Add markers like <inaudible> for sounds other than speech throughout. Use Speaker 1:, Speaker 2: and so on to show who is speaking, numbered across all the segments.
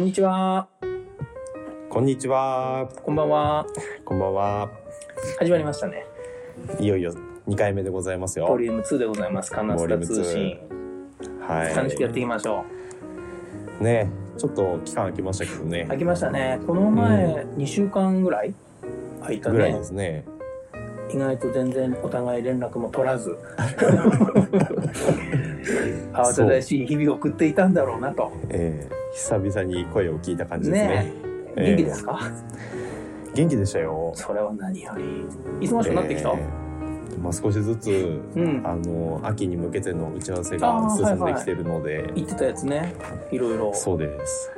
Speaker 1: んにちは。
Speaker 2: こんにちは。
Speaker 1: こんばんは。
Speaker 2: こんばんは。
Speaker 1: 始まりましたね。
Speaker 2: いよいよ2回目でございますよ。
Speaker 1: ボリューム2でございます。カナスタ通信。
Speaker 2: はい。
Speaker 1: 楽しくやっていきましょ
Speaker 2: ねちょっと期間空きましたけど
Speaker 1: う。
Speaker 2: ね
Speaker 1: 開。きましたね。この前、2週間ぐらい開いた
Speaker 2: ぐらい
Speaker 1: ね
Speaker 2: で。すね。
Speaker 1: 意外と全然お互い連絡も取ら
Speaker 2: <laughs>
Speaker 1: ず。慌ただしい日々を送っていたんだろうなと。
Speaker 2: えー、久々に声を聞いた感じです
Speaker 1: ね
Speaker 2: ね。
Speaker 1: え。
Speaker 2: え
Speaker 1: 元気ですか
Speaker 2: 元気でしたよ。
Speaker 1: それは何より。忙しくなってきた
Speaker 2: えーまあ、少しずつ、
Speaker 1: うん
Speaker 2: あの秋に向けての打ち合わせ
Speaker 1: あ
Speaker 2: が
Speaker 1: ー
Speaker 2: 進ん
Speaker 1: はいは
Speaker 2: で
Speaker 1: い
Speaker 2: きてるので、
Speaker 1: 言ってたやつね。いろいろ。
Speaker 2: そうです。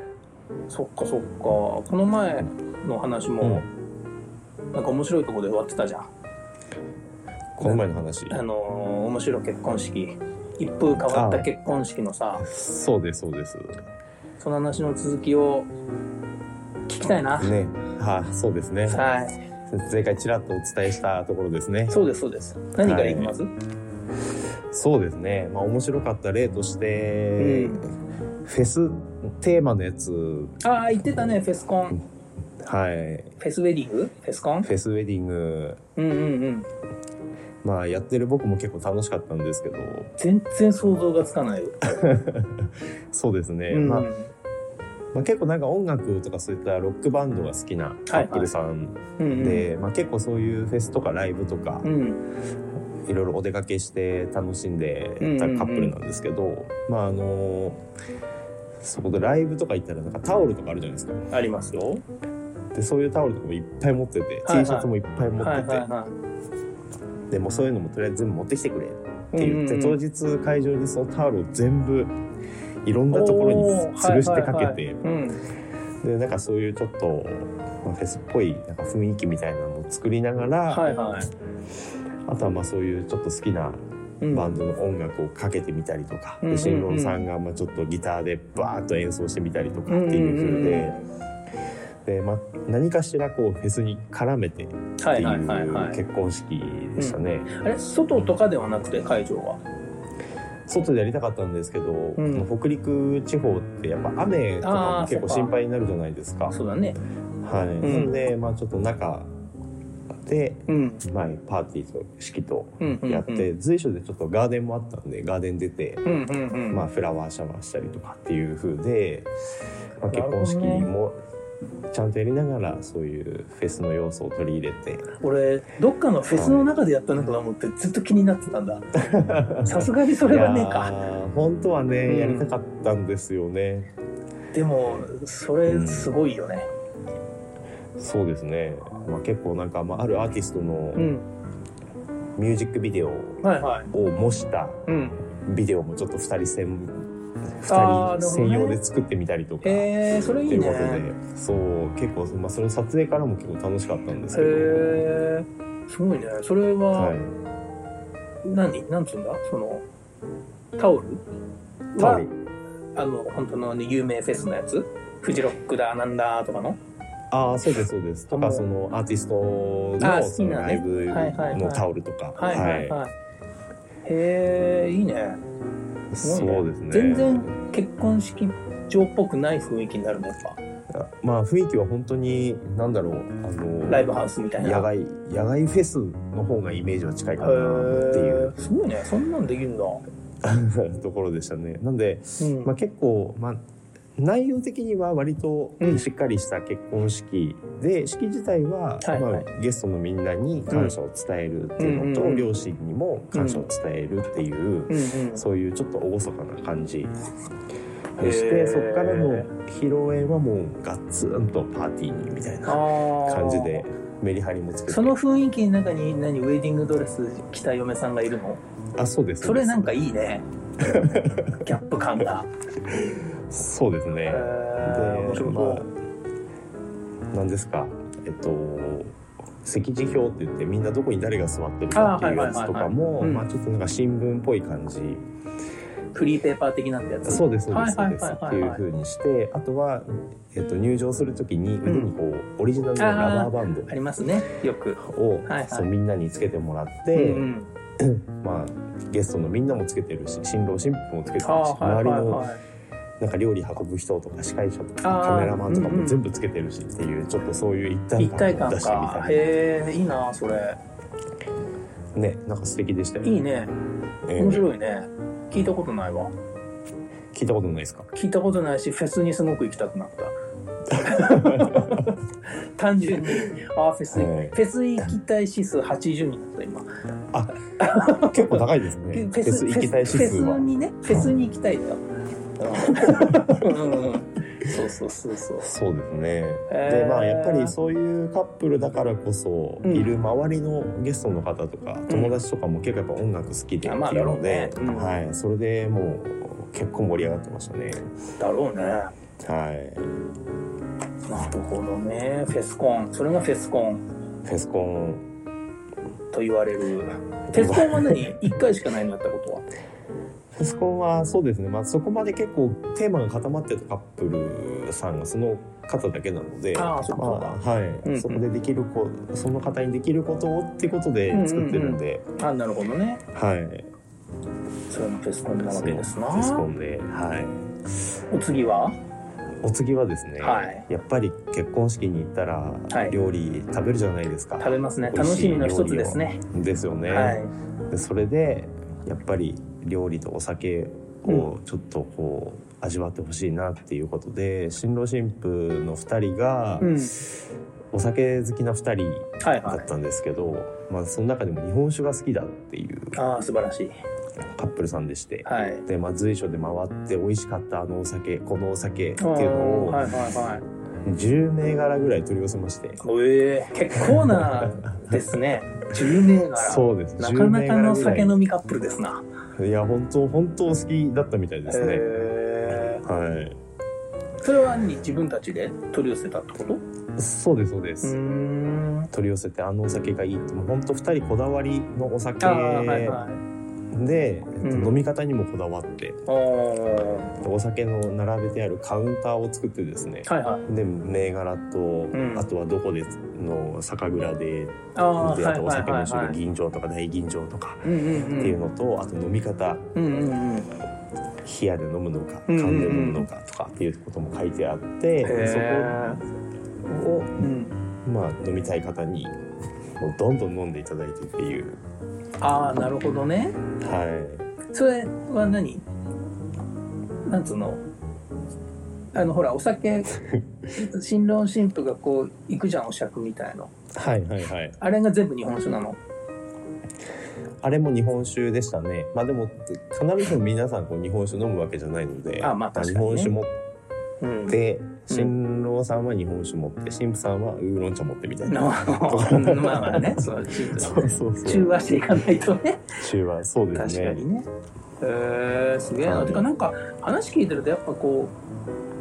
Speaker 1: そっかそっか。この前の話も、なんか面白いとこで終わってたじゃん。
Speaker 2: この前の話。
Speaker 1: あのー面白い結婚式。一風変わった結婚式のさ、
Speaker 2: そうですそうです。
Speaker 1: その話の続きを聞きたいな。
Speaker 2: ね、はい、そうですね。
Speaker 1: はい。
Speaker 2: 前回ちらっとお伝えしたところですね。
Speaker 1: そうです、そうです。何からいきます、
Speaker 2: そうですね、まあ、面白かった例として、
Speaker 1: う
Speaker 2: フェステーマのやつ、
Speaker 1: ああ、言ってたね、フェスコン。
Speaker 2: はい、
Speaker 1: フェスウェディングフェスコン
Speaker 2: フェスウェディング、
Speaker 1: うんうんうん。
Speaker 2: まあ、やってる僕も結構楽しかったんですけど
Speaker 1: 全然想像がつかない。
Speaker 2: そうですね、
Speaker 1: うん
Speaker 2: まあまあ、結構なんか音楽とかそういったロックバンドが好きなカップルさん
Speaker 1: うんう
Speaker 2: で、
Speaker 1: ん。
Speaker 2: まあ、結構そういうフェスとかライブとか、
Speaker 1: うん。
Speaker 2: いろいろお出かけして楽しんで
Speaker 1: うんう
Speaker 2: た
Speaker 1: んうん
Speaker 2: カップルなんですけど、まああのそこでライブとか行ったらなんかタオルとかあるじゃないですか。
Speaker 1: ありますよ。
Speaker 2: でそういうタオルとかもいっぱい持ってて、
Speaker 1: はい
Speaker 2: T シャツもいっぱい持
Speaker 1: は
Speaker 2: っ
Speaker 1: い
Speaker 2: て
Speaker 1: はい
Speaker 2: て、
Speaker 1: は
Speaker 2: でもうそういうのもとりあえず全部持ってきてくれって
Speaker 1: い。
Speaker 2: 言って、
Speaker 1: うんうんうん
Speaker 2: 当日会場にそのタオルを全部いろんなところに吊るしてか
Speaker 1: おーはい
Speaker 2: けて、
Speaker 1: はいはいうん
Speaker 2: でなんかそういうちょっとまあフェスっぽいなんか雰囲気みたいなのを作りながら、
Speaker 1: はいはい
Speaker 2: あとはまあそういうちょっと好きな
Speaker 1: うん
Speaker 2: バンドの音楽をかけてみたりとか、
Speaker 1: うんうんう
Speaker 2: で
Speaker 1: ん
Speaker 2: 新郎さんがまあちょっとギターでバーッと演奏してみたりとかってい
Speaker 1: う
Speaker 2: う
Speaker 1: んうんうん
Speaker 2: 風で。でまあ、何かしらこうフェスに絡めてっ
Speaker 1: は
Speaker 2: て
Speaker 1: い
Speaker 2: い
Speaker 1: はいはいは
Speaker 2: う
Speaker 1: い
Speaker 2: 結婚式でしたね、
Speaker 1: あれ外とかではなくて会場は
Speaker 2: 外でやりたかったんですけど、
Speaker 1: ん
Speaker 2: 北陸地方ってやっぱ雨とかも結構
Speaker 1: あーそっか
Speaker 2: 心配になるじゃないですか
Speaker 1: そうだね
Speaker 2: はい、
Speaker 1: ん
Speaker 2: なんで、まあ、ちょっと中で、
Speaker 1: うん
Speaker 2: まあ、パーティーと式と
Speaker 1: うんうん
Speaker 2: やって、随所でちょっとガーデンもあったんでガーデン出て、
Speaker 1: うんうんうん
Speaker 2: まあ、フラワーシャワーしたりとかっていう風で、まあ、
Speaker 1: なるほ
Speaker 2: 結
Speaker 1: どね
Speaker 2: 婚式もちゃんとやりながらそういうフェスの要素を取り入れて
Speaker 1: 俺どっかのフェスの中でやったのかなと思ってずっと気になってたんだ
Speaker 2: <laughs>
Speaker 1: さすがにそれはねえ
Speaker 2: い
Speaker 1: か
Speaker 2: やー本当はね、
Speaker 1: うん
Speaker 2: やりたかったんですよね
Speaker 1: でもそれすごいよね
Speaker 2: そうですね、まあ、結構なんか、まあ、あるアーティストの
Speaker 1: うん
Speaker 2: ミュージックビデオ
Speaker 1: はいはい
Speaker 2: を模した
Speaker 1: うん
Speaker 2: ビデオもちょっと2人専
Speaker 1: あーな
Speaker 2: 2
Speaker 1: るほどね
Speaker 2: 人専用で作ってみたりとか、
Speaker 1: えー、それい
Speaker 2: っ
Speaker 1: い
Speaker 2: て
Speaker 1: ね
Speaker 2: いうことで、そう結構、まあ、それ撮影からも結構楽しかったんですけど、
Speaker 1: へえー、すごいねそれは、
Speaker 2: はい、
Speaker 1: 何なんつうんだそのタオル
Speaker 2: タオル
Speaker 1: あの本当の、ね、有名フェスのやつフジロックだなんだとかの
Speaker 2: ああそうですそうですと
Speaker 1: も
Speaker 2: か
Speaker 1: う
Speaker 2: そのアーティスト
Speaker 1: あー
Speaker 2: のその
Speaker 1: 好きなね
Speaker 2: ライブ
Speaker 1: はいはいは
Speaker 2: の
Speaker 1: い
Speaker 2: タオルとか
Speaker 1: はいはいはい、へえいいねすごいね
Speaker 2: そうですね
Speaker 1: 全然結婚式場っぽくない雰囲気になるのやっぱ
Speaker 2: まあ雰囲気は本当に何だろうあの
Speaker 1: ライブハウスみたいな
Speaker 2: 野外野外フェスの方がイメージは近いかなっていう
Speaker 1: へーすごいねそんなんできるんだ、う
Speaker 2: ところでしたねなんで、
Speaker 1: ん
Speaker 2: まあ、結構まあ内容的には割と
Speaker 1: うん
Speaker 2: しっかりした結婚式で、式自体
Speaker 1: は
Speaker 2: は、
Speaker 1: いはい
Speaker 2: まあ、ゲストのみんなに感謝を伝えるっていうのと、
Speaker 1: うんうんうん
Speaker 2: 両親にも感謝を伝えるっていう、
Speaker 1: うんうん
Speaker 2: そういうちょっと厳かな感じ
Speaker 1: へー
Speaker 2: そしてそこからの披露宴はもうガッツンとパーティーにみたいな
Speaker 1: あー
Speaker 2: 感じでメリハリもつけて
Speaker 1: その雰囲気の中に何ウェディングドレス着た嫁さんがいるの
Speaker 2: あそうです
Speaker 1: それなんか
Speaker 2: い
Speaker 1: いい
Speaker 2: <laughs>
Speaker 1: ねギャップ感が
Speaker 2: そうです
Speaker 1: へ
Speaker 2: ね
Speaker 1: ー面白
Speaker 2: ま
Speaker 1: そ
Speaker 2: あなんですかえっと席次表って言ってみんなどこに誰が座ってる
Speaker 1: あ
Speaker 2: かって
Speaker 1: ーはいいうはいはい
Speaker 2: や
Speaker 1: はい
Speaker 2: つとかも
Speaker 1: うん
Speaker 2: まあちょっとなんか新聞っぽい感じ
Speaker 1: うフリーペーパー的なんてやつ
Speaker 2: そうですそう
Speaker 1: は
Speaker 2: で
Speaker 1: い
Speaker 2: すそう
Speaker 1: はい
Speaker 2: です
Speaker 1: はい
Speaker 2: っ
Speaker 1: は
Speaker 2: て
Speaker 1: い
Speaker 2: い
Speaker 1: はいう
Speaker 2: 風にしてあとはえっと入場する時に腕にこうオリジナルのラバーバンド
Speaker 1: ありますねよく
Speaker 2: を、
Speaker 1: はいはい
Speaker 2: そうみんなにつけてもらっ
Speaker 1: う
Speaker 2: て、
Speaker 1: んうん
Speaker 2: まあ、ゲストのみんなもつけてるし新郎新婦もつけてるし、
Speaker 1: あーはい
Speaker 2: 周り
Speaker 1: はい
Speaker 2: の
Speaker 1: はい
Speaker 2: なんか料理運ぶ人とか司会者と
Speaker 1: あ
Speaker 2: か
Speaker 1: ー
Speaker 2: カメラマンとか
Speaker 1: うんう
Speaker 2: も
Speaker 1: ん
Speaker 2: 全部つけてるしっていうちょっとそういう一
Speaker 1: 一
Speaker 2: 体
Speaker 1: 体
Speaker 2: 感を
Speaker 1: 感
Speaker 2: 出してみたい
Speaker 1: か
Speaker 2: な
Speaker 1: へえいいなそれ
Speaker 2: ねなんか素敵でしたよ
Speaker 1: いいね
Speaker 2: えー
Speaker 1: 面白いね、聞いたことないわ
Speaker 2: 聞いたことないですか
Speaker 1: 聞いたことないしフェスにすごく行きたくなった
Speaker 2: <laughs>
Speaker 1: 単純にあーフェス、
Speaker 2: はい
Speaker 1: フェス行きたい指数80になった今
Speaker 2: 結構高いで
Speaker 1: <laughs>
Speaker 2: す
Speaker 1: フ
Speaker 2: ねフ
Speaker 1: ェ
Speaker 2: ェ
Speaker 1: ス
Speaker 2: ス行きたい指
Speaker 1: フェス
Speaker 2: 数は
Speaker 1: にねフェスに行きたいんだ、うんそうそうそうそう
Speaker 2: そうですね
Speaker 1: へー
Speaker 2: でまあやっぱりそういうカップルだからこそ
Speaker 1: うん
Speaker 2: いる周りのゲストの方とか友達とかも結構やっぱ音楽好きで
Speaker 1: あ
Speaker 2: っ
Speaker 1: まあ
Speaker 2: ていうので
Speaker 1: だろうねうん
Speaker 2: はいそれでもう結構盛り上がってましたね
Speaker 1: だろうね
Speaker 2: はい
Speaker 1: なるほどねフェスコンそれがフェスコン
Speaker 2: フェスコン
Speaker 1: と言われるフェスコンは何1回しかないのやったことは
Speaker 2: フェスコンはそうですね、まあ、そこまで結構テーマが固まってたカップルさんがその方だけなので
Speaker 1: あーそっか
Speaker 2: まあはい
Speaker 1: うんうん
Speaker 2: そこでできるこその方にできることをってことで作ってるんで、
Speaker 1: あなるほどね
Speaker 2: はい
Speaker 1: それがフェスコンなわけですな
Speaker 2: フェスコンではい
Speaker 1: お次は
Speaker 2: お次はですね、
Speaker 1: はい
Speaker 2: やっぱり結婚式に行ったら
Speaker 1: はい
Speaker 2: 料理食べるじゃないですか、
Speaker 1: 食べますね
Speaker 2: 美
Speaker 1: 楽
Speaker 2: 味
Speaker 1: し
Speaker 2: い
Speaker 1: みの一つですね
Speaker 2: 料理をですよね、
Speaker 1: はい
Speaker 2: でそれでやっぱり料理とお酒をちょっとこう味わってほしいなっていうことで新郎新婦の2人が
Speaker 1: うん
Speaker 2: お酒好きな2人
Speaker 1: はい
Speaker 2: だ
Speaker 1: は
Speaker 2: っ
Speaker 1: い
Speaker 2: たんですけど、まあ、その中でも日本酒が好きだっていう
Speaker 1: ああ素晴らしい
Speaker 2: カップルさんでして、
Speaker 1: はい
Speaker 2: でまあ、随所で回って美味しかったあのお酒このお酒っていう
Speaker 1: あ
Speaker 2: の
Speaker 1: ー
Speaker 2: を
Speaker 1: はいはいはい
Speaker 2: 10銘柄ぐらい取り寄せまして。
Speaker 1: ええ結構なです
Speaker 2: <laughs>
Speaker 1: ね10銘柄
Speaker 2: そうです
Speaker 1: なかなかの
Speaker 2: 10銘柄ぐらい
Speaker 1: 酒飲みカップルですな。
Speaker 2: いや本当本当お好きだったみたいですね、
Speaker 1: へー
Speaker 2: はい
Speaker 1: それは自分たちで取り寄せたってことう
Speaker 2: そうですそうです、
Speaker 1: ーん。
Speaker 2: 取り寄せてあのお酒がいいってもうほんと2人こだわりのお酒
Speaker 1: あ
Speaker 2: で、
Speaker 1: あ、はいはい。
Speaker 2: えっと
Speaker 1: うん
Speaker 2: 飲み方にもこだわって
Speaker 1: あー
Speaker 2: お酒の並べてあるカウンターを作ってですね
Speaker 1: はいはい。
Speaker 2: で銘柄と、
Speaker 1: ん
Speaker 2: あとはどこでの酒蔵でで
Speaker 1: ああ、はい
Speaker 2: あ
Speaker 1: はい
Speaker 2: とお酒の
Speaker 1: は
Speaker 2: 種
Speaker 1: いは
Speaker 2: 類
Speaker 1: い。
Speaker 2: 吟醸とか大吟醸とか
Speaker 1: うんうんうん。
Speaker 2: っていうのと、あと飲み方
Speaker 1: うんうんうん。
Speaker 2: 冷やで飲むのか
Speaker 1: うんうんうん
Speaker 2: 缶で飲むのかとかっていうことも書いてあって、そ
Speaker 1: へ
Speaker 2: こを
Speaker 1: え。うん。
Speaker 2: まあ飲みたい方にもうどんどん飲んでいただいてっていう。
Speaker 1: ああ、なるほどね。
Speaker 2: はい
Speaker 1: それは何なんつうのあの、ほら、お <laughs> 酒、新郎新婦がこう、行くじゃん、お酌みたいの。
Speaker 2: はいはいはい。
Speaker 1: あれが全部日本酒なの。
Speaker 2: あれも日本酒でしたね。まあでも必ずしも皆さんこう日本酒飲むわけじゃないので、
Speaker 1: あまあ確かにね
Speaker 2: 日本酒持
Speaker 1: うん
Speaker 2: っ。て新郎さんは日本酒持って新婦さんはウーロン茶持ってみたいな。
Speaker 1: のうんまあ <laughs> まあね、そう、
Speaker 2: そうそうそう。
Speaker 1: 中和していかないとね。
Speaker 2: 中和そうです
Speaker 1: 確
Speaker 2: ね。
Speaker 1: かにね。えー、すげえな。
Speaker 2: はい
Speaker 1: てかなんか話聞いてるとやっぱこ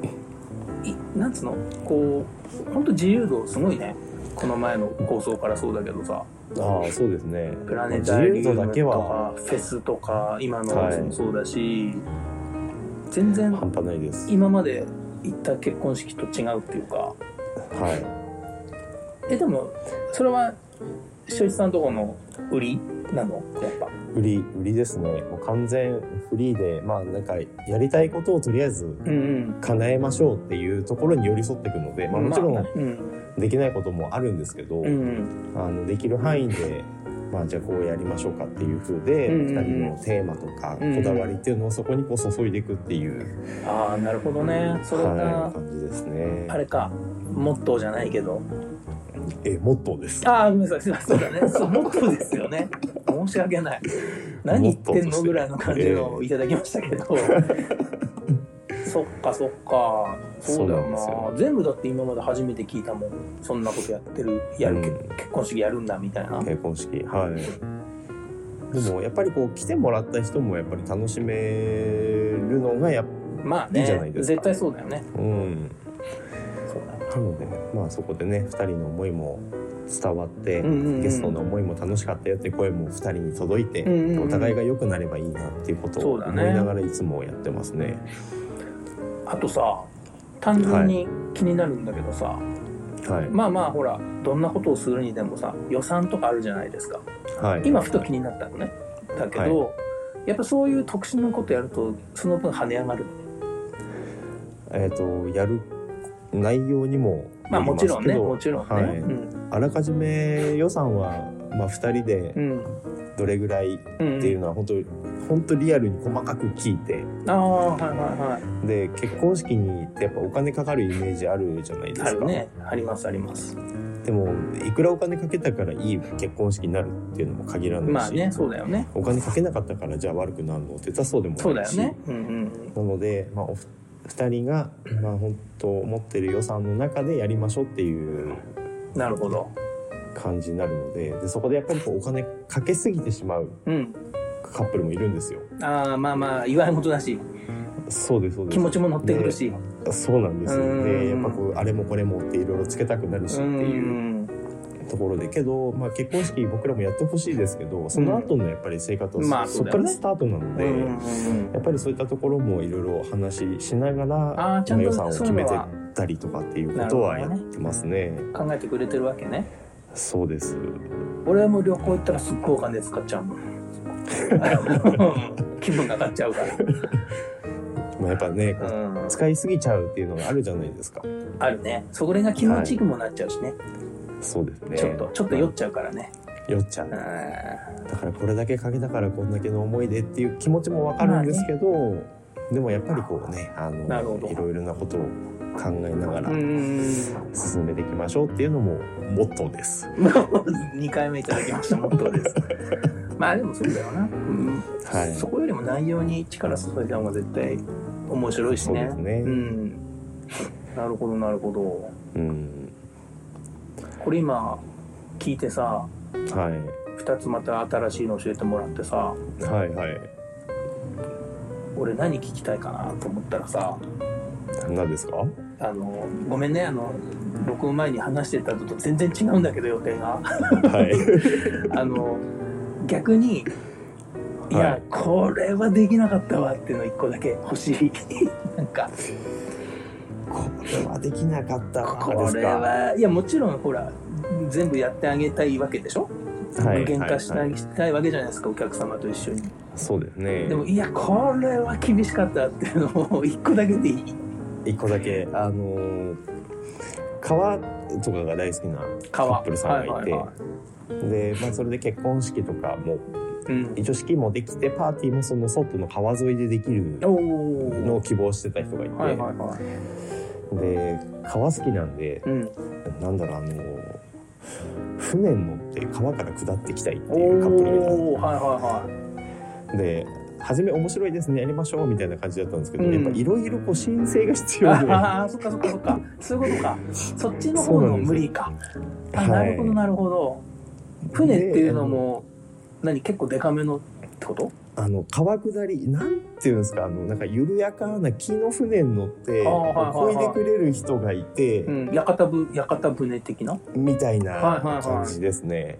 Speaker 1: ういなんつうのこう本当自由度すごいね。この前の放送からそうだけどさ、
Speaker 2: ああそうですね。
Speaker 1: プラネ
Speaker 2: 自
Speaker 1: タリ
Speaker 2: 由
Speaker 1: ウ
Speaker 2: 度
Speaker 1: ム
Speaker 2: だ
Speaker 1: と
Speaker 2: けは
Speaker 1: かフェスとか今の
Speaker 2: はい
Speaker 1: もそうだし、全然
Speaker 2: 半端ないです。
Speaker 1: 今まで行った結婚式と違うっていうか。
Speaker 2: は
Speaker 1: えでもそれは一一さんとこの売りなのやっぱ。
Speaker 2: い。売り売りですね。もう完全フリーでまあなんかやりたいことをとりあえず。
Speaker 1: うんうん。
Speaker 2: 叶えましょうっていうところに寄り添っていくので、まあ、もちろ
Speaker 1: まあ
Speaker 2: ん
Speaker 1: うん
Speaker 2: できないこともあるんですけど、
Speaker 1: うん
Speaker 2: あのできる範囲で、まあ、じゃあこうやりましょうかっていう風で、
Speaker 1: うんうんうん
Speaker 2: 2人のテーマとか
Speaker 1: うんうん
Speaker 2: こだわりっていうのをそこにこう注いでいくっていう、
Speaker 1: ああなるほどねそれが、
Speaker 2: はい、感じですね。
Speaker 1: あれかモットーじゃないけど
Speaker 2: えモットーです。
Speaker 1: ああごめんなさいすいま
Speaker 2: <laughs>
Speaker 1: せんそうだねそうモットーですよね申し訳ない何言ってん
Speaker 2: モットーとし
Speaker 1: の
Speaker 2: て
Speaker 1: ぐらいの感じをいただきましたけど、そっかそっかそうだよな
Speaker 2: そうなん
Speaker 1: 全部だって今まで初めて聞いたもんそんなことやってるやる、
Speaker 2: うん
Speaker 1: 結婚式やるんだみたいな
Speaker 2: 結婚式はいでもやっぱりこう来てもらった人もやっぱり楽しめるのがやっ
Speaker 1: まあね
Speaker 2: いいじゃないです
Speaker 1: 絶
Speaker 2: か
Speaker 1: 対そうだよね
Speaker 2: うん
Speaker 1: そうだ
Speaker 2: なのでまあそこでね2人の思いも伝わって、
Speaker 1: うんうんうん
Speaker 2: ゲストの思いも楽しかったよって声も2人に届いて、
Speaker 1: うんうんうん
Speaker 2: お互いが良くなればいいなっていうことを
Speaker 1: そうだ
Speaker 2: 思い
Speaker 1: ね
Speaker 2: ながらいつもやってますね。
Speaker 1: あとさ単純に気になるんだけどさ、
Speaker 2: はい、
Speaker 1: まあまあほらどんなことをするにでもさ予算とかあるじゃないですか
Speaker 2: はい、
Speaker 1: 今ふと気になったのねだけど、やっぱそういう特殊なことやるとその分跳ね上がる
Speaker 2: えー、とやる内容にも
Speaker 1: まあ
Speaker 2: より
Speaker 1: もちろんね
Speaker 2: けど
Speaker 1: もちろんね、
Speaker 2: はいあらかじめ予算は、まあ、2人で
Speaker 1: うん
Speaker 2: どれぐらいっ
Speaker 1: うん
Speaker 2: ていうのは本当、本当リアルに細かく聞いて
Speaker 1: ああはいはいはい
Speaker 2: で結婚式にってやっぱお金かかるイメージあるじゃないで
Speaker 1: あ
Speaker 2: す
Speaker 1: る
Speaker 2: か、
Speaker 1: ねありますあります
Speaker 2: でもいくらお金かけたからいい結婚式になるっていうのも限らないし、
Speaker 1: まあねそうだよね
Speaker 2: お金かけなかったからじゃあ悪くなるのって言ったらそうでも
Speaker 1: そうだ
Speaker 2: ない
Speaker 1: よ
Speaker 2: し、
Speaker 1: ねうんうん
Speaker 2: なので、まあ、お二人が、まあ、本当持ってる予算の中でやりましょうっていう
Speaker 1: なるほど
Speaker 2: 感じになるのででそこでやっぱりこうお金かけすぎてしまう
Speaker 1: うん
Speaker 2: カップルもいるんですよ。
Speaker 1: ああまあまあ祝い事だし
Speaker 2: そうですそうです
Speaker 1: 気持ちも乗ってくるし
Speaker 2: でそうなんですよ
Speaker 1: うん
Speaker 2: でやっぱこうあれもこれもっていろいろつけたくなるしって
Speaker 1: うん
Speaker 2: いうところでけど、まあ、結婚式僕らもやってほしいですけどその後のやっぱり生活は
Speaker 1: うんまあ
Speaker 2: そ
Speaker 1: そうだ
Speaker 2: こか
Speaker 1: よ
Speaker 2: ら
Speaker 1: ね
Speaker 2: スタートなの
Speaker 1: う
Speaker 2: で。
Speaker 1: んうん
Speaker 2: やっぱりそういったところもいろいろお話ししなが
Speaker 1: あ
Speaker 2: ら
Speaker 1: ーちゃんと
Speaker 2: 予算を決めてったりとかっていうことは
Speaker 1: そうい
Speaker 2: や
Speaker 1: うのは
Speaker 2: ってますね
Speaker 1: 考えてくれてるわけね
Speaker 2: そうです
Speaker 1: 俺も旅行行ったらすっごいお金使っちゃうもん気分が上がっちゃうから
Speaker 2: まあやっぱねこう
Speaker 1: うん
Speaker 2: 使いすぎちゃうっていうのがあるじゃないですか
Speaker 1: あるねそれが気持ちよくもなっちゃうしね、
Speaker 2: そうですね
Speaker 1: ちょっとちょっと酔っちゃうからね、
Speaker 2: 酔っちゃう
Speaker 1: う
Speaker 2: だからこれだけかけたからこんだけの思い出っていう気持ちもわかるんですけど、でもやっぱりこうねあ
Speaker 1: なるほ
Speaker 2: の
Speaker 1: ど
Speaker 2: いろいろなことを考えながら
Speaker 1: ん
Speaker 2: 進めていきましょうっていうのもモットーです。
Speaker 1: もう2回目いただきましたもっとですまあでもそうだよな、うん
Speaker 2: はい
Speaker 1: そこよりも内容に力注いだ方が絶対面白いし
Speaker 2: そう
Speaker 1: ね
Speaker 2: ですね
Speaker 1: んなるほどなるほど
Speaker 2: うん、
Speaker 1: これ今聞いてさ
Speaker 2: はい、
Speaker 1: 2つまた新しいの教えてもらってさ
Speaker 2: はいはい
Speaker 1: 俺何聞きたいかなと思ったらさ
Speaker 2: 何ですか？
Speaker 1: あのごめんねあの録音前に話してたのと全然違うんだけど予定が。 <laughs>
Speaker 2: はい。
Speaker 1: あの逆にいや、
Speaker 2: はい
Speaker 1: これはできなかったわっていうの一個だけ欲しい <laughs> なんか
Speaker 2: これはできなかったわ
Speaker 1: これはいやもちろんほら全部やってあげたいわけでしょ無限化した,、
Speaker 2: はいいはい
Speaker 1: したいわけじゃないですかお客様と一緒に
Speaker 2: そうですね
Speaker 1: でもいやこれは厳しかったっていうのを一個だけでいい
Speaker 2: 一個だけあのー川とかが大好きなカ
Speaker 1: 川
Speaker 2: ップルさんがいて、
Speaker 1: はいはいはい
Speaker 2: で、まあ、それで結婚式とかも
Speaker 1: うん、
Speaker 2: 一応式もできてパーティーもその外の川沿いでできる
Speaker 1: お
Speaker 2: の
Speaker 1: お
Speaker 2: を希望してた人がいて、
Speaker 1: はいはいはい
Speaker 2: で川好きなんで
Speaker 1: うん
Speaker 2: なんだろうあのー船に乗って川から下ってきたいって
Speaker 1: お
Speaker 2: いうカップルがいたんですよ
Speaker 1: おはいはいはい
Speaker 2: で初め面白いですねやりましょうみたいな感じだったんですけど、
Speaker 1: うん
Speaker 2: やっぱいろいろこう申請が
Speaker 1: <laughs>
Speaker 2: 必要で、は
Speaker 1: ああーそっかそっかそっかそういうことかそっちの方の無理か
Speaker 2: い、
Speaker 1: あなるほどなるほど船っていうのも何結構デカめのってこと
Speaker 2: あの川下りなんていうんですかあのなんか緩やかな木の船に乗って
Speaker 1: あーはいはいはい
Speaker 2: 漕いでくれる人がいて、
Speaker 1: うん屋形ぶ屋形船的な
Speaker 2: みたい
Speaker 1: はいはいは
Speaker 2: ない感じですね。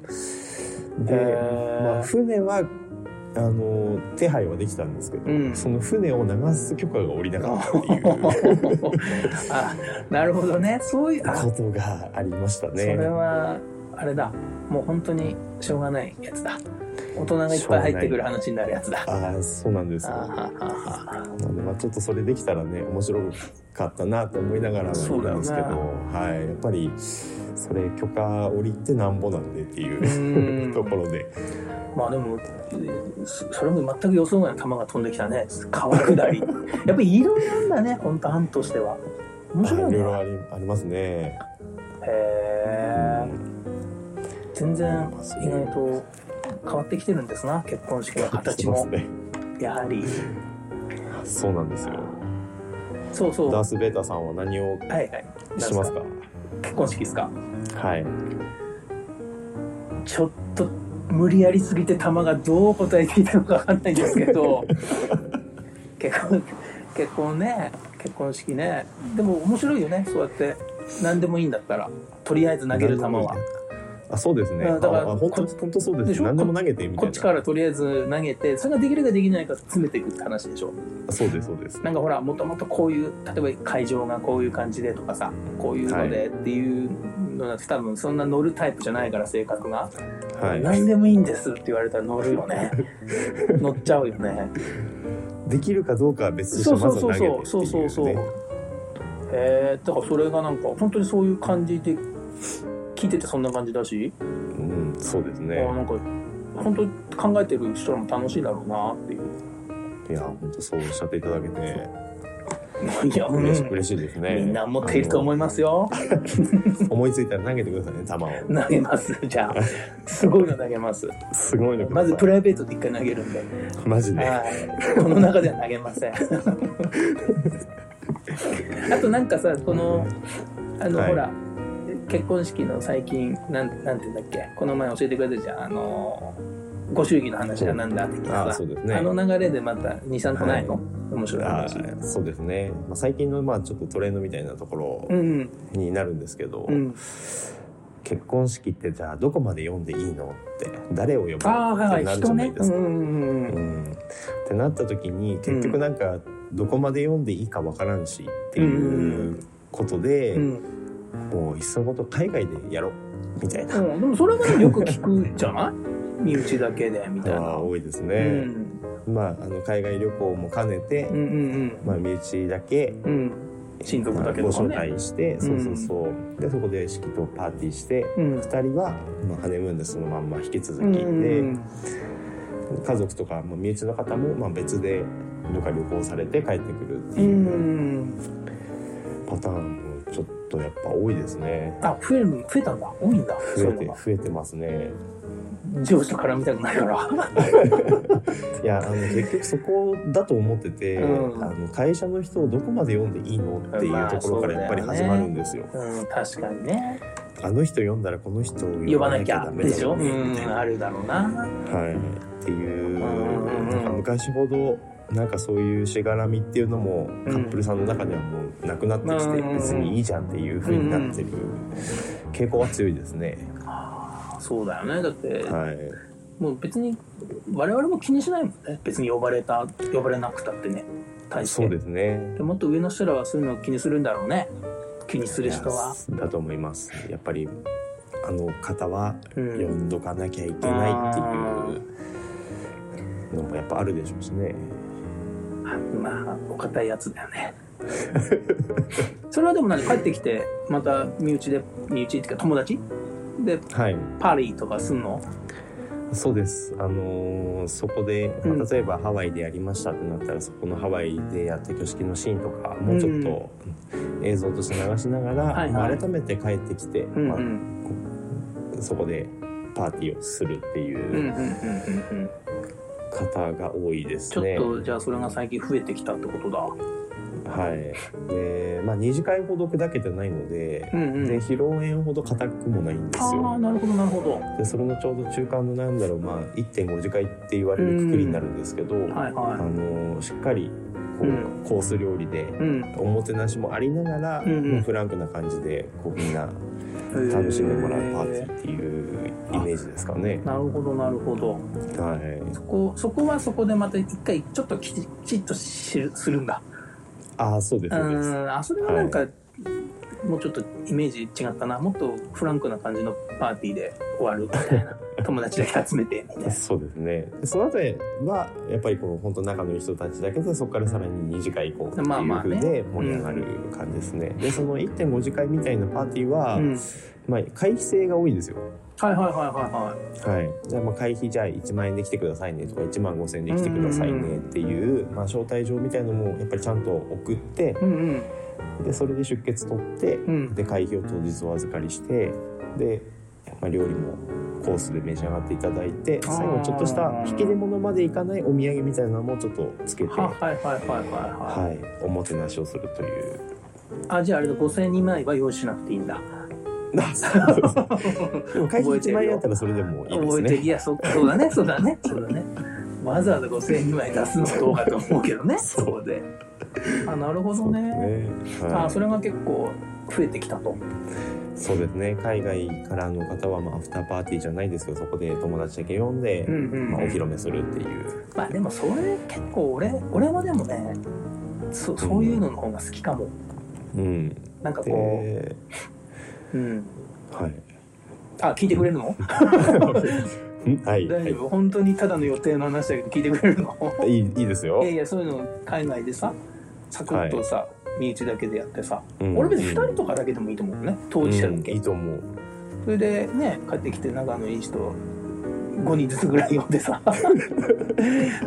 Speaker 2: で、
Speaker 1: へー
Speaker 2: まあ、船はあの手配はできたんですけど、
Speaker 1: うん
Speaker 2: その船を流す許可が下りなかったっていうこ
Speaker 1: あなるほどねそういうあ
Speaker 2: とがありました
Speaker 1: <laughs> それ
Speaker 2: ね。
Speaker 1: はあれだもう本当にしょうがないやつだ大人がいっぱい入ってくる話になるやつだ
Speaker 2: ああそうなんです
Speaker 1: あー
Speaker 2: よ。
Speaker 1: はーはーはー
Speaker 2: なのでまあちょっとそれできたらね面白かったなと思いながらはい
Speaker 1: そうだ
Speaker 2: る
Speaker 1: よ
Speaker 2: んで
Speaker 1: ね
Speaker 2: すけど、はい、やっぱりそれ許可降りってなんぼなんでってい
Speaker 1: <laughs>
Speaker 2: うう
Speaker 1: ん
Speaker 2: ところで
Speaker 1: まあでもそそれも全く予想外の球が飛んできたね川下り <laughs> やっぱりいろいろあるんだね本当案としては面
Speaker 2: はい
Speaker 1: 白い
Speaker 2: いろい
Speaker 1: ね
Speaker 2: ろありありますね。
Speaker 1: へえ全然
Speaker 2: まあそう
Speaker 1: 意外と変わってきてるんですな結婚式の形
Speaker 2: そう
Speaker 1: も
Speaker 2: ですね。
Speaker 1: やはり
Speaker 2: そうなんですよ。
Speaker 1: そうそう
Speaker 2: ダー
Speaker 1: は
Speaker 2: スベーターさんは何を
Speaker 1: いはい
Speaker 2: しますか。
Speaker 1: 結婚式ですか
Speaker 2: はい。
Speaker 1: ちょっと無理やりすぎて玉がどう答えていたのかわかんないんですけど結婚結婚ね結婚式ねでも面白いよねそうやって何でもいいんだったらとりあえず投げる球は。
Speaker 2: あそうですね。
Speaker 1: うんだから
Speaker 2: ああ本当
Speaker 1: こ
Speaker 2: 本当そうです
Speaker 1: でしょ
Speaker 2: 何でも投げてみた
Speaker 1: こ
Speaker 2: い
Speaker 1: っちか
Speaker 2: な。
Speaker 1: らとりあえず投げてそれができるかできないか詰めていくって話でしょ
Speaker 2: そうですそうです。
Speaker 1: なんかほらもともとこういう例えば会場がこういう感じでとかさこういうのでっていうのだと多分そんな乗るタイプじゃないから性格が、
Speaker 2: はい。
Speaker 1: 何でもいいんですって言われたら乗るよ <laughs> ね乗っちゃうよね
Speaker 2: できるかどうかは別にし
Speaker 1: そ
Speaker 2: て
Speaker 1: う
Speaker 2: ま
Speaker 1: そ
Speaker 2: ず
Speaker 1: う
Speaker 2: 投
Speaker 1: そう
Speaker 2: げてってい
Speaker 1: そうそうそうそう
Speaker 2: ね
Speaker 1: えー、だからそれがなんか本当にそういう感じで聞いててそんな感じだし、
Speaker 2: うん、そうです
Speaker 1: あ
Speaker 2: ね
Speaker 1: ーなんか本当に考えてる人らも楽しいだろうなっていう
Speaker 2: いや本当そうおっしゃっていただけて
Speaker 1: いや、うん
Speaker 2: 嬉し嬉しいですね
Speaker 1: みんな持っていると思いますよ
Speaker 2: あの思いついたら投げてくださいね球を
Speaker 1: 投げますじゃあすごいの投げます
Speaker 2: すごいのくだ
Speaker 1: ま
Speaker 2: さい
Speaker 1: ずプライベートで一回投げるんで、
Speaker 2: マジで <laughs>
Speaker 1: はい、この中では投げませんあとなんかさこのあの、
Speaker 2: はい
Speaker 1: ほら結婚式の最近なんなんて言うんだっけこの前教えてくれたじゃんあのご祝儀の話がなんだって
Speaker 2: ああ
Speaker 1: さ
Speaker 2: そうですね
Speaker 1: あの流れでまた23個ないの、面白い
Speaker 2: あ
Speaker 1: 話
Speaker 2: ーそうですね、まあ、最近のまあちょっとトレンドみたいなところ
Speaker 1: うん
Speaker 2: になるんですけど、
Speaker 1: うん
Speaker 2: 結婚式ってじゃあどこまで読んでいいのって誰を呼ぶのって
Speaker 1: ああは
Speaker 2: ないる
Speaker 1: はい
Speaker 2: じ
Speaker 1: 人
Speaker 2: ゃない
Speaker 1: ね
Speaker 2: で
Speaker 1: う
Speaker 2: す
Speaker 1: ん
Speaker 2: か。
Speaker 1: うんうん
Speaker 2: うんってなった時に結局なんかどこまで読んでいいかわからんしっていううことで、
Speaker 1: うん、
Speaker 2: もういっそのこと海外でやろうみたいな
Speaker 1: うん、でもそれはねよく聞くじゃない身内だけでみたい
Speaker 2: の
Speaker 1: な
Speaker 2: が多いです
Speaker 1: う
Speaker 2: ね。
Speaker 1: ん
Speaker 2: まああの海外旅行も兼ねて、
Speaker 1: うんうん
Speaker 2: まあ身内だけ
Speaker 1: うんうん親族だけ
Speaker 2: ま
Speaker 1: と
Speaker 2: あご
Speaker 1: か
Speaker 2: 招
Speaker 1: ね
Speaker 2: 待して、そうそうそう、でそこで式とパーティーして、
Speaker 1: うん
Speaker 2: 二人は、まあ、ハネムーンでそのまんま引き続き、
Speaker 1: うん
Speaker 2: で家族とか、まあ、身内の方も、まあ、別でどっか旅行されて帰ってくるって
Speaker 1: う
Speaker 2: いうんパターンもちょっとやっぱ多いですね。
Speaker 1: あ増える増えたんだ多いんだ
Speaker 2: 増えて
Speaker 1: そ
Speaker 2: 増えてますね。
Speaker 1: ういうのが上司と絡みたくないから
Speaker 2: いやあの結局そこだと思ってて、
Speaker 1: うん
Speaker 2: あの会社の人をどこまで読んでいいのっていうところからやっぱり始まるんですよ。
Speaker 1: うん確かにね
Speaker 2: あの人読んだらこの人を
Speaker 1: 呼ばなきゃ
Speaker 2: ダメだ
Speaker 1: でしょ
Speaker 2: よね
Speaker 1: う
Speaker 2: みたい
Speaker 1: ん
Speaker 2: な
Speaker 1: あるだろうな
Speaker 2: はい、っていう
Speaker 1: うんうんうん
Speaker 2: なんか昔ほどなんかそういうしがらみっていうのも
Speaker 1: う
Speaker 2: カ
Speaker 1: ん
Speaker 2: ップルさんの中ではもうなくなってき
Speaker 1: うんうんう
Speaker 2: て
Speaker 1: ん
Speaker 2: 別にいいじゃんっていう風になってる傾向は強いですね。
Speaker 1: そうだよねだって
Speaker 2: はい、
Speaker 1: もう別に我々も気にしないもんね別に呼ばれた呼ばれなくたってね大して
Speaker 2: そうですね。
Speaker 1: でもっと上の人らはそういうのを気にするんだろうね気にする人はい
Speaker 2: やだと思います。やっぱりあの方は
Speaker 1: う
Speaker 2: 読
Speaker 1: ん
Speaker 2: んどかなきゃいけないっていうのもやっぱあるでしょうしね。
Speaker 1: あまあお堅いやつだよねそれはでも何帰ってきてまた身内で身内っていうか友達で
Speaker 2: はい。
Speaker 1: パリとかすんの
Speaker 2: そうです。あのーそこで、まあ
Speaker 1: うん
Speaker 2: 例えばハワイでやりましたってなったら、そこのハワイでやった挙式のシーンとか、もうちょっと映像として流しながら、
Speaker 1: はいはい
Speaker 2: まあ改めて帰ってきて、
Speaker 1: うんう
Speaker 2: ま
Speaker 1: ん
Speaker 2: あ、そこでパーティーをするって
Speaker 1: うんうんう
Speaker 2: い
Speaker 1: ん
Speaker 2: う
Speaker 1: うんうん
Speaker 2: 方が多いです
Speaker 1: ちょ
Speaker 2: ね。
Speaker 1: っとじゃあそれが最近増えてきたってことだ
Speaker 2: はい。で、まあ2次会ほど砕けてないので、
Speaker 1: うんうん
Speaker 2: で、披露宴ほど硬くもないんです
Speaker 1: ああ
Speaker 2: よ。
Speaker 1: なるほどなるほど
Speaker 2: で、それのちょうど中間のなんだろう、まあ1.5次会って言われるくくりになるんですけど、
Speaker 1: はい
Speaker 2: あ
Speaker 1: は
Speaker 2: のしっかりこう、
Speaker 1: う
Speaker 2: コース料理で
Speaker 1: いうん
Speaker 2: おもてなしもありながら、
Speaker 1: うんうん
Speaker 2: もうフランクな感じでこうみんな楽しんでもらうパーティーっていうイメージですかね。
Speaker 1: なるほどなるほど
Speaker 2: はい、
Speaker 1: そこそこはそこでまた一回ちょっときちきちっとしるするんだ
Speaker 2: ああそうです
Speaker 1: う
Speaker 2: そうです。
Speaker 1: んあそれはなんか、もうちょっとイメージ違ったなもっとフランクな感じのパーティーで終わるみたいな友達だけ集めてみたいな
Speaker 2: そうですね。でその後はやっぱりこの本当仲のいい人たちだけでそこからさらに2次会行こうってい
Speaker 1: まあ
Speaker 2: う
Speaker 1: まあ
Speaker 2: 風
Speaker 1: ね
Speaker 2: で盛り上がる感じですね。でその1.5次会みたいなパーティーは、
Speaker 1: うん、
Speaker 2: まあ会費制が多いんですよ。
Speaker 1: はいはいはいはいはい
Speaker 2: はい、でまあ会費じゃあ1万円で来てくださいねとか1万5,000円で来てくださいねっていう、まあ、招待状みたいのもやっぱりちゃんと送って
Speaker 1: うんうん
Speaker 2: でそれで出血取って
Speaker 1: うん
Speaker 2: で会費を当日お預かりしてで、まあ、料理もコースで召し上がっていただいて
Speaker 1: ー
Speaker 2: 最後ちょっとした引き出物までいかないお土産みたいなのもちょっとつけて、
Speaker 1: は
Speaker 2: は
Speaker 1: はいはいはいはいはい
Speaker 2: い、おもてなしをするという。
Speaker 1: <laughs> あじゃああれだ5000円2枚は用意しなくていいんだ
Speaker 2: でも会費1万円あったらそれでもいいです
Speaker 1: 覚えて
Speaker 2: ね。
Speaker 1: いやそそうだねそうだねそうだねわざわざ5000円2枚出すのはどうかと思うけどねそこであなるほどね
Speaker 2: そうですねはい
Speaker 1: あそれが結構増えてきたと
Speaker 2: そうですね海外からの方は、まあ、アフターパーティーじゃないですけどそこで友達だけ呼んで、
Speaker 1: うんうんうん
Speaker 2: まあ、お披露目するっていう
Speaker 1: まあでもそれ結構俺俺はでもねそそういうのの方が好きかも
Speaker 2: うん
Speaker 1: なんかこ
Speaker 2: で
Speaker 1: う、うん、
Speaker 2: はい
Speaker 1: あ聞いてくれるの
Speaker 2: んはい、
Speaker 1: 大
Speaker 2: は
Speaker 1: 丈夫本当にただの予定の話だけど聞いてくれるの
Speaker 2: い、いいいいですよ
Speaker 1: いやいやそういうの海外でさサクッとさ、身内だけでやってさ、
Speaker 2: うん
Speaker 1: 俺別に2人とかだけでもいいと思うね当事者だ
Speaker 2: うん
Speaker 1: け、
Speaker 2: いいと思う
Speaker 1: それでね帰ってきて仲のいい人5人ずつぐらい呼んで
Speaker 2: <laughs>
Speaker 1: さ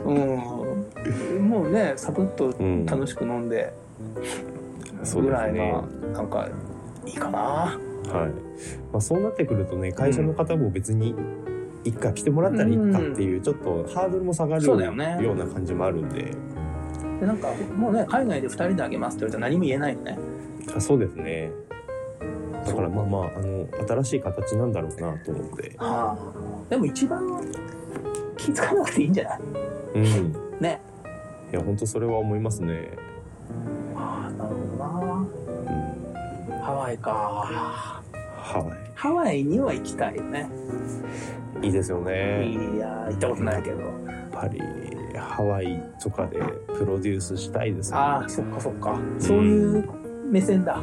Speaker 1: うんもうねサクッと
Speaker 2: うん
Speaker 1: 楽しく飲んで
Speaker 2: そう
Speaker 1: ぐ
Speaker 2: で
Speaker 1: ら
Speaker 2: す
Speaker 1: い
Speaker 2: ね
Speaker 1: がなんかいいかな、
Speaker 2: はいまあ、そうなってくるとね会社の方も別に一回来てもらったらいいかっていう、ちょっとハードルも下がる
Speaker 1: そうだよね
Speaker 2: ような感じもあるんで
Speaker 1: でなんかもうね海外で2人であげますって言われたら何も言えないよね
Speaker 2: あそうですねだからまあまああの新しい形なんだろうなと思って、
Speaker 1: ああでも一番気づかなくていいんじゃない
Speaker 2: うん、い
Speaker 1: ね
Speaker 2: や本当それは思いますね、
Speaker 1: ああなるほ
Speaker 2: うん、
Speaker 1: どなハワイか
Speaker 2: は
Speaker 1: ハワイには行きたいよね、
Speaker 2: いいいですよね
Speaker 1: いやー行ったことないけど
Speaker 2: やっぱりハワイとかでプロデュースしたいですね
Speaker 1: ああそっかそっかそういう目線
Speaker 2: <laughs>
Speaker 1: だ、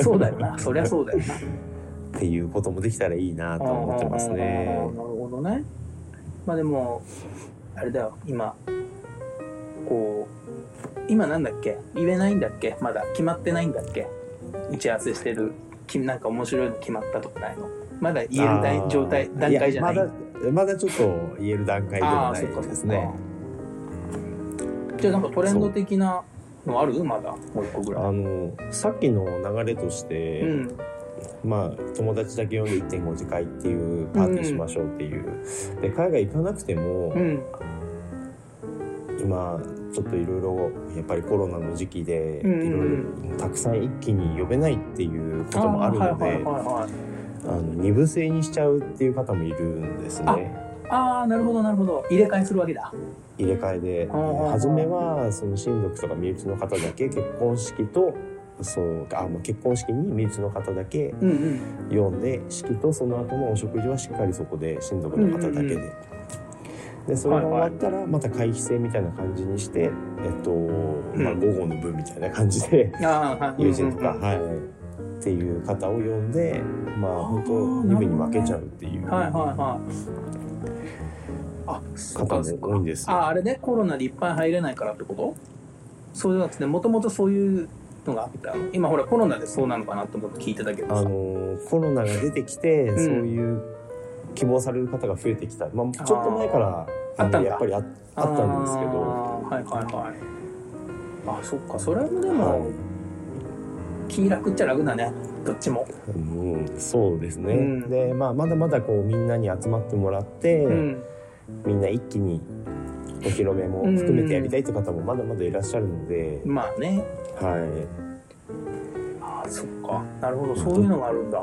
Speaker 1: そうだよなそりゃそうだよな
Speaker 2: っていうこともできたらいいなと思ってます
Speaker 1: あ
Speaker 2: ね
Speaker 1: ーなるほどねまあでもあれだよ今こう今なんだっけ言えないんだっけまだ決まってないんだっけ打ち合わせしてるきなんか面白いの決まったとかないのまだ言えるだい状態段階じゃない
Speaker 2: やまだまだちょっと言える段階では
Speaker 1: ああ
Speaker 2: な
Speaker 1: そっかそっ
Speaker 2: い
Speaker 1: か
Speaker 2: ですね
Speaker 1: じゃあなんかトレンド的なのあるまだもう一個ぐらい
Speaker 2: あのさっきの流れとして、
Speaker 1: うん
Speaker 2: まあ、友達だけ呼んで1.5次会っていうパーティーしましょうっていう、で海外行かなくても、
Speaker 1: うん
Speaker 2: 今ちょっといろいろやっぱりコロナの時期でい
Speaker 1: うんうん
Speaker 2: ろいろたくさん一気に呼べないっていうこともある
Speaker 1: ーは
Speaker 2: の
Speaker 1: い
Speaker 2: で
Speaker 1: はいはいはい
Speaker 2: あの二部制にしちゃうっていう方もいるんですね。
Speaker 1: ああなるほどなるほど入れ替えするわけだ
Speaker 2: 入れ替えで
Speaker 1: あー
Speaker 2: 初めはその親族とか身内の方だけ結婚式とそうあまあ結婚式に身内の方だけ
Speaker 1: うんうん
Speaker 2: 読んで式とその後のお食事はしっかりそこで親族の方だけで。
Speaker 1: うんうん
Speaker 2: でそれが終わったらまた会費制みたいな感じにして、えっとまあ、
Speaker 1: うん
Speaker 2: 午後の分みたいな感じで、
Speaker 1: あーはい
Speaker 2: 友人とか、
Speaker 1: うんうんうん
Speaker 2: はい、っていう方を呼んでまあ本
Speaker 1: あ
Speaker 2: 当
Speaker 1: ー
Speaker 2: 二部に分けちゃうっていう
Speaker 1: はい
Speaker 2: 方
Speaker 1: はいはいあそっかそっ
Speaker 2: で
Speaker 1: か
Speaker 2: 多いんですよ。
Speaker 1: ああれねコロナでいっぱい入れないからってことそうじゃなくてもともとそういうのがあったの今ほらコロナでそうなのかなと思って聞いてたけど
Speaker 2: あ
Speaker 1: さ
Speaker 2: のーコロナが出てきて、
Speaker 1: ん
Speaker 2: そういう希望される方が増えてきた、まあ、
Speaker 1: ー
Speaker 2: ちょっと前から
Speaker 1: あったんだ
Speaker 2: のやっぱりああったんです
Speaker 1: あ
Speaker 2: けど
Speaker 1: ーはいはいはいあそっかそれもでも、
Speaker 2: はい
Speaker 1: 気楽っちゃ楽だねどっちも、
Speaker 2: うん、そうですね、
Speaker 1: うん
Speaker 2: で、まあ、まだまだこうみんなに集まってもらって、
Speaker 1: うん
Speaker 2: みんな一気にお披露目も含めてやりたいって方もまだまだいらっしゃるので、
Speaker 1: まあね
Speaker 2: はい
Speaker 1: あーそっかなるほどそういうのがあるんだ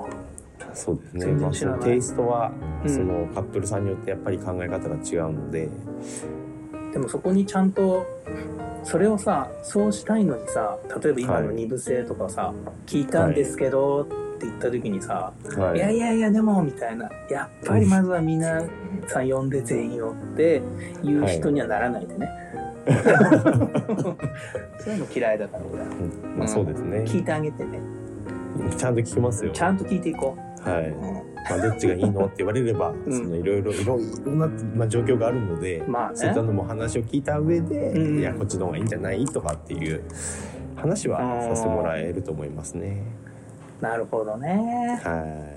Speaker 2: そうですね、
Speaker 1: 全
Speaker 2: ま
Speaker 1: 然知らな
Speaker 2: あ、その
Speaker 1: い
Speaker 2: テイストは、
Speaker 1: うん
Speaker 2: そのカップルさんによってやっぱり考え方が違うので、
Speaker 1: でもそこにちゃんとそれをさそうしたいのにさ例えば今の
Speaker 2: はい
Speaker 1: 二部制とかさ、聞いたんですけどって言った時にさ「、
Speaker 2: はい
Speaker 1: やいやいやでも」みたいな「やっぱりまずはみんなさ呼んで全員を」って言う人にはならないでね、 <laughs> そういうの嫌いだから俺は
Speaker 2: うんまあ、そうですね、
Speaker 1: 聞いてあげてね
Speaker 2: ちゃんと聞きますよ
Speaker 1: ちゃんと聞いていこう
Speaker 2: はい、まあ、どっちがい
Speaker 1: <laughs>
Speaker 2: いのって言われれば、
Speaker 1: うん
Speaker 2: そのいろいろいろいろんな、まあ、状況があるので、
Speaker 1: まあね
Speaker 2: そういったのも話を聞いた上で、
Speaker 1: うん
Speaker 2: いやこっちの方がいいんじゃないとかっていう話はさせてもらえると思いますね。
Speaker 1: なるほどね
Speaker 2: は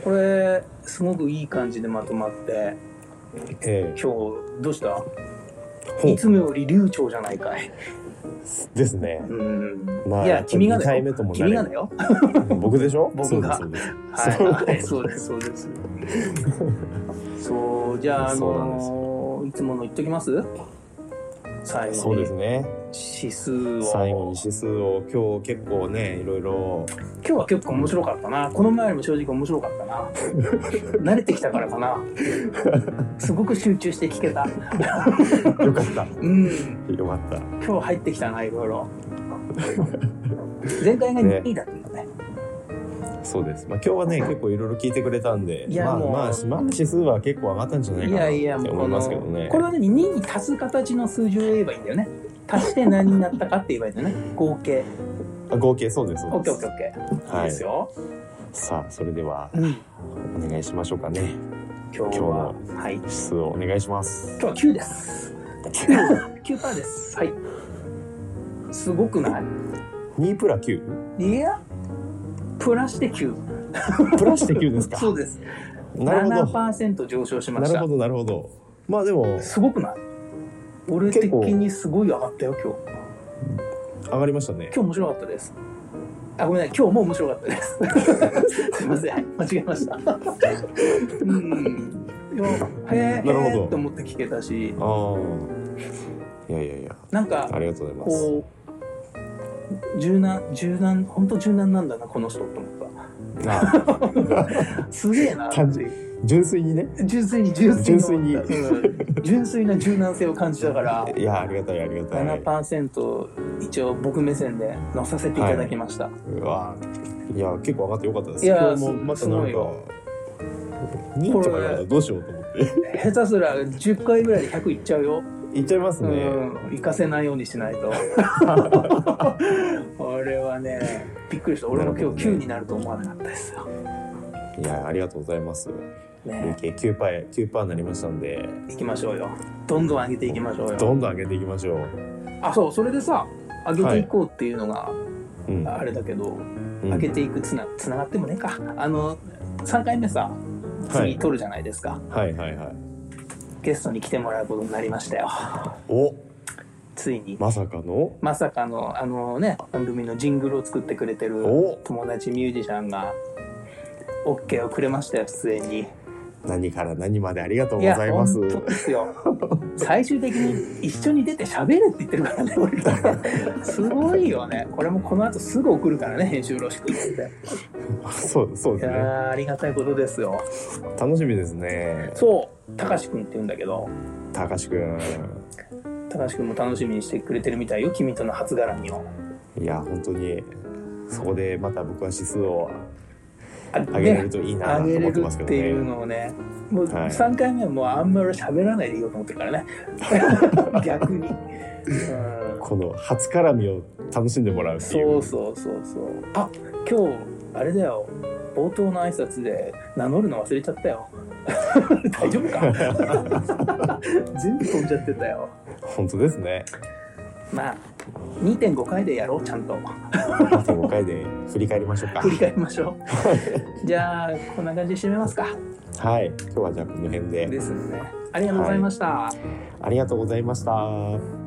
Speaker 2: い。
Speaker 1: これすごくいい感じでまとまって
Speaker 2: え
Speaker 1: 今日どうした
Speaker 2: ー
Speaker 1: いつもより流暢じゃないかい
Speaker 2: で
Speaker 1: <laughs>
Speaker 2: すね。
Speaker 1: うん
Speaker 2: まあ
Speaker 1: いや
Speaker 2: やっぱり
Speaker 1: 君が
Speaker 2: 二
Speaker 1: だ
Speaker 2: 回
Speaker 1: よ
Speaker 2: 目ともなれ
Speaker 1: 君がだよ
Speaker 2: 僕でしょ？
Speaker 1: 僕が
Speaker 2: そうですそうです
Speaker 1: はい、はい、
Speaker 2: そ
Speaker 1: そううですそうですそうじゃああ
Speaker 2: そうなんです
Speaker 1: のいつもの言っときます最後に
Speaker 2: そうですね。
Speaker 1: 指数を
Speaker 2: 最後に指数を今日結構ねいろいろ
Speaker 1: 今日は結構面白かったなこの前よりも正直面白かった
Speaker 2: <laughs>
Speaker 1: な慣れてきたからかなすごく集中して聞けた
Speaker 2: よかった
Speaker 1: うん
Speaker 2: よかった。
Speaker 1: 今日入ってきたないろい
Speaker 2: <laughs>
Speaker 1: ろ前回が2位だったんだね
Speaker 2: そうです。まあ今日はね結構いろいろ聞いてくれたんで、
Speaker 1: いや
Speaker 2: まあ
Speaker 1: もう
Speaker 2: まあまあ指数は結構上がったんじゃな
Speaker 1: い
Speaker 2: いかな
Speaker 1: やいや
Speaker 2: っ
Speaker 1: も
Speaker 2: て
Speaker 1: うこ
Speaker 2: 思い
Speaker 1: の
Speaker 2: ますけどね。
Speaker 1: これは何2に足す形の数字を言えばいいんだよね足して何になったかって言えばいいんだよね合計
Speaker 2: あ合計そうです。そうです
Speaker 1: OKOKOK、
Speaker 2: はい
Speaker 1: い、いですよ、
Speaker 2: さあそれでは
Speaker 1: うん、
Speaker 2: お願いしましょうかね。
Speaker 1: 今日ははい今
Speaker 2: 指数をお願いします。
Speaker 1: 日は9です9%ですはいすごくない
Speaker 2: 2プラ 9?
Speaker 1: いやプラスで9
Speaker 2: プラスで9ですか
Speaker 1: そうです
Speaker 2: なるほど
Speaker 1: 7%上昇しま
Speaker 2: な
Speaker 1: し
Speaker 2: る
Speaker 1: た
Speaker 2: ほどなるほどまあでも
Speaker 1: すごくない俺
Speaker 2: 結
Speaker 1: 的
Speaker 2: 構
Speaker 1: にすごい上がったよ今日
Speaker 2: 上がりましたね
Speaker 1: 今日面白かったですあごめんなさい今日も面白かったです <laughs> すいません間違えましたうんいやへえ
Speaker 2: なるほど
Speaker 1: へえって思って聞けたし
Speaker 2: ああいやいやいや
Speaker 1: なんか
Speaker 2: ありがとうござい
Speaker 1: こう柔軟柔軟本当柔軟なんだなこの人って思っ
Speaker 2: ますああ
Speaker 1: たすげえな
Speaker 2: 単純純粋にね
Speaker 1: 純粋に純
Speaker 2: 純
Speaker 1: 粋
Speaker 2: 粋
Speaker 1: に
Speaker 2: に
Speaker 1: うん純粋な柔軟性を感じたから
Speaker 2: いやありがたいありがたい
Speaker 1: 7%一応僕目線で乗させていただきました、
Speaker 2: うわいや結構上がってよかったです
Speaker 1: いや
Speaker 2: 今日もまた
Speaker 1: す
Speaker 2: な
Speaker 1: ご
Speaker 2: ん
Speaker 1: い
Speaker 2: か
Speaker 1: よ
Speaker 2: 2とか言われたらどうしようと思って
Speaker 1: 下手すら10回ぐらいで100いっちゃうよ、
Speaker 2: いっちゃいます
Speaker 1: う
Speaker 2: ね、
Speaker 1: ん行かせないようにしない <laughs> と俺はねびっくりした俺も今日9になると思わなかったですよ、
Speaker 2: いやありがとうございます累
Speaker 1: ね、
Speaker 2: 計9パー9パーになりましたんで
Speaker 1: 行きましょうよどんどん上げていきましょうよ
Speaker 2: どんどん上げていきましょう
Speaker 1: あそうそれでさ上げていこうっていうのが
Speaker 2: うん
Speaker 1: あれだけど、
Speaker 2: うん
Speaker 1: 上げていくつなつながってもねえかあの3回目さ次撮るじゃないですか、
Speaker 2: はいはいはい
Speaker 1: ゲストに来てもらうことになりましたよ
Speaker 2: お
Speaker 1: ついに
Speaker 2: まさかの
Speaker 1: まさかのあのね番組のジングルを作ってくれてる
Speaker 2: お
Speaker 1: 友達ミュージシャンが OK をくれましたよ出演に
Speaker 2: 何から何までありがとうございます
Speaker 1: や本当ですよ最終的に一緒に出て喋れって言ってるからね俺らすごいよねこれもこの後すぐ送るからね編集よろしくって言って
Speaker 2: <laughs> そうそう
Speaker 1: い
Speaker 2: です
Speaker 1: や
Speaker 2: ね
Speaker 1: ーありがたいことですよ
Speaker 2: 楽しみですね
Speaker 1: そうたかしくんって言うんだけど
Speaker 2: たかしくん
Speaker 1: たかしくんも楽しみにしてくれてるみたいよ君との初絡みを
Speaker 2: いや本当にそこでまた僕は指数を
Speaker 1: あ
Speaker 2: 上げれるといいなと
Speaker 1: 上げ
Speaker 2: 思
Speaker 1: れ
Speaker 2: って
Speaker 1: る
Speaker 2: ま
Speaker 1: っ
Speaker 2: すけど
Speaker 1: て
Speaker 2: ね
Speaker 1: いうのをねもう
Speaker 2: はい
Speaker 1: 3回目はもうあんまり喋らないでいようと思ってる
Speaker 2: <laughs>
Speaker 1: からね逆に、うん、
Speaker 2: この初絡みを楽しんでもらうってい
Speaker 1: そううそうそうそうあ今日あれだよ冒頭の挨拶で名乗るの忘れちゃったよ <laughs> 大丈夫か <laughs> 全部飛んじゃってたよ
Speaker 2: 本当ですね
Speaker 1: まあ2.5回でやろうちゃんと
Speaker 2: 2.5回で振り返りましょう
Speaker 1: 振り返りましょうじゃあこんな感じで締めますか
Speaker 2: かはい今日はじゃあこの辺で
Speaker 1: ですねありがとうございました、
Speaker 2: ありがとうございました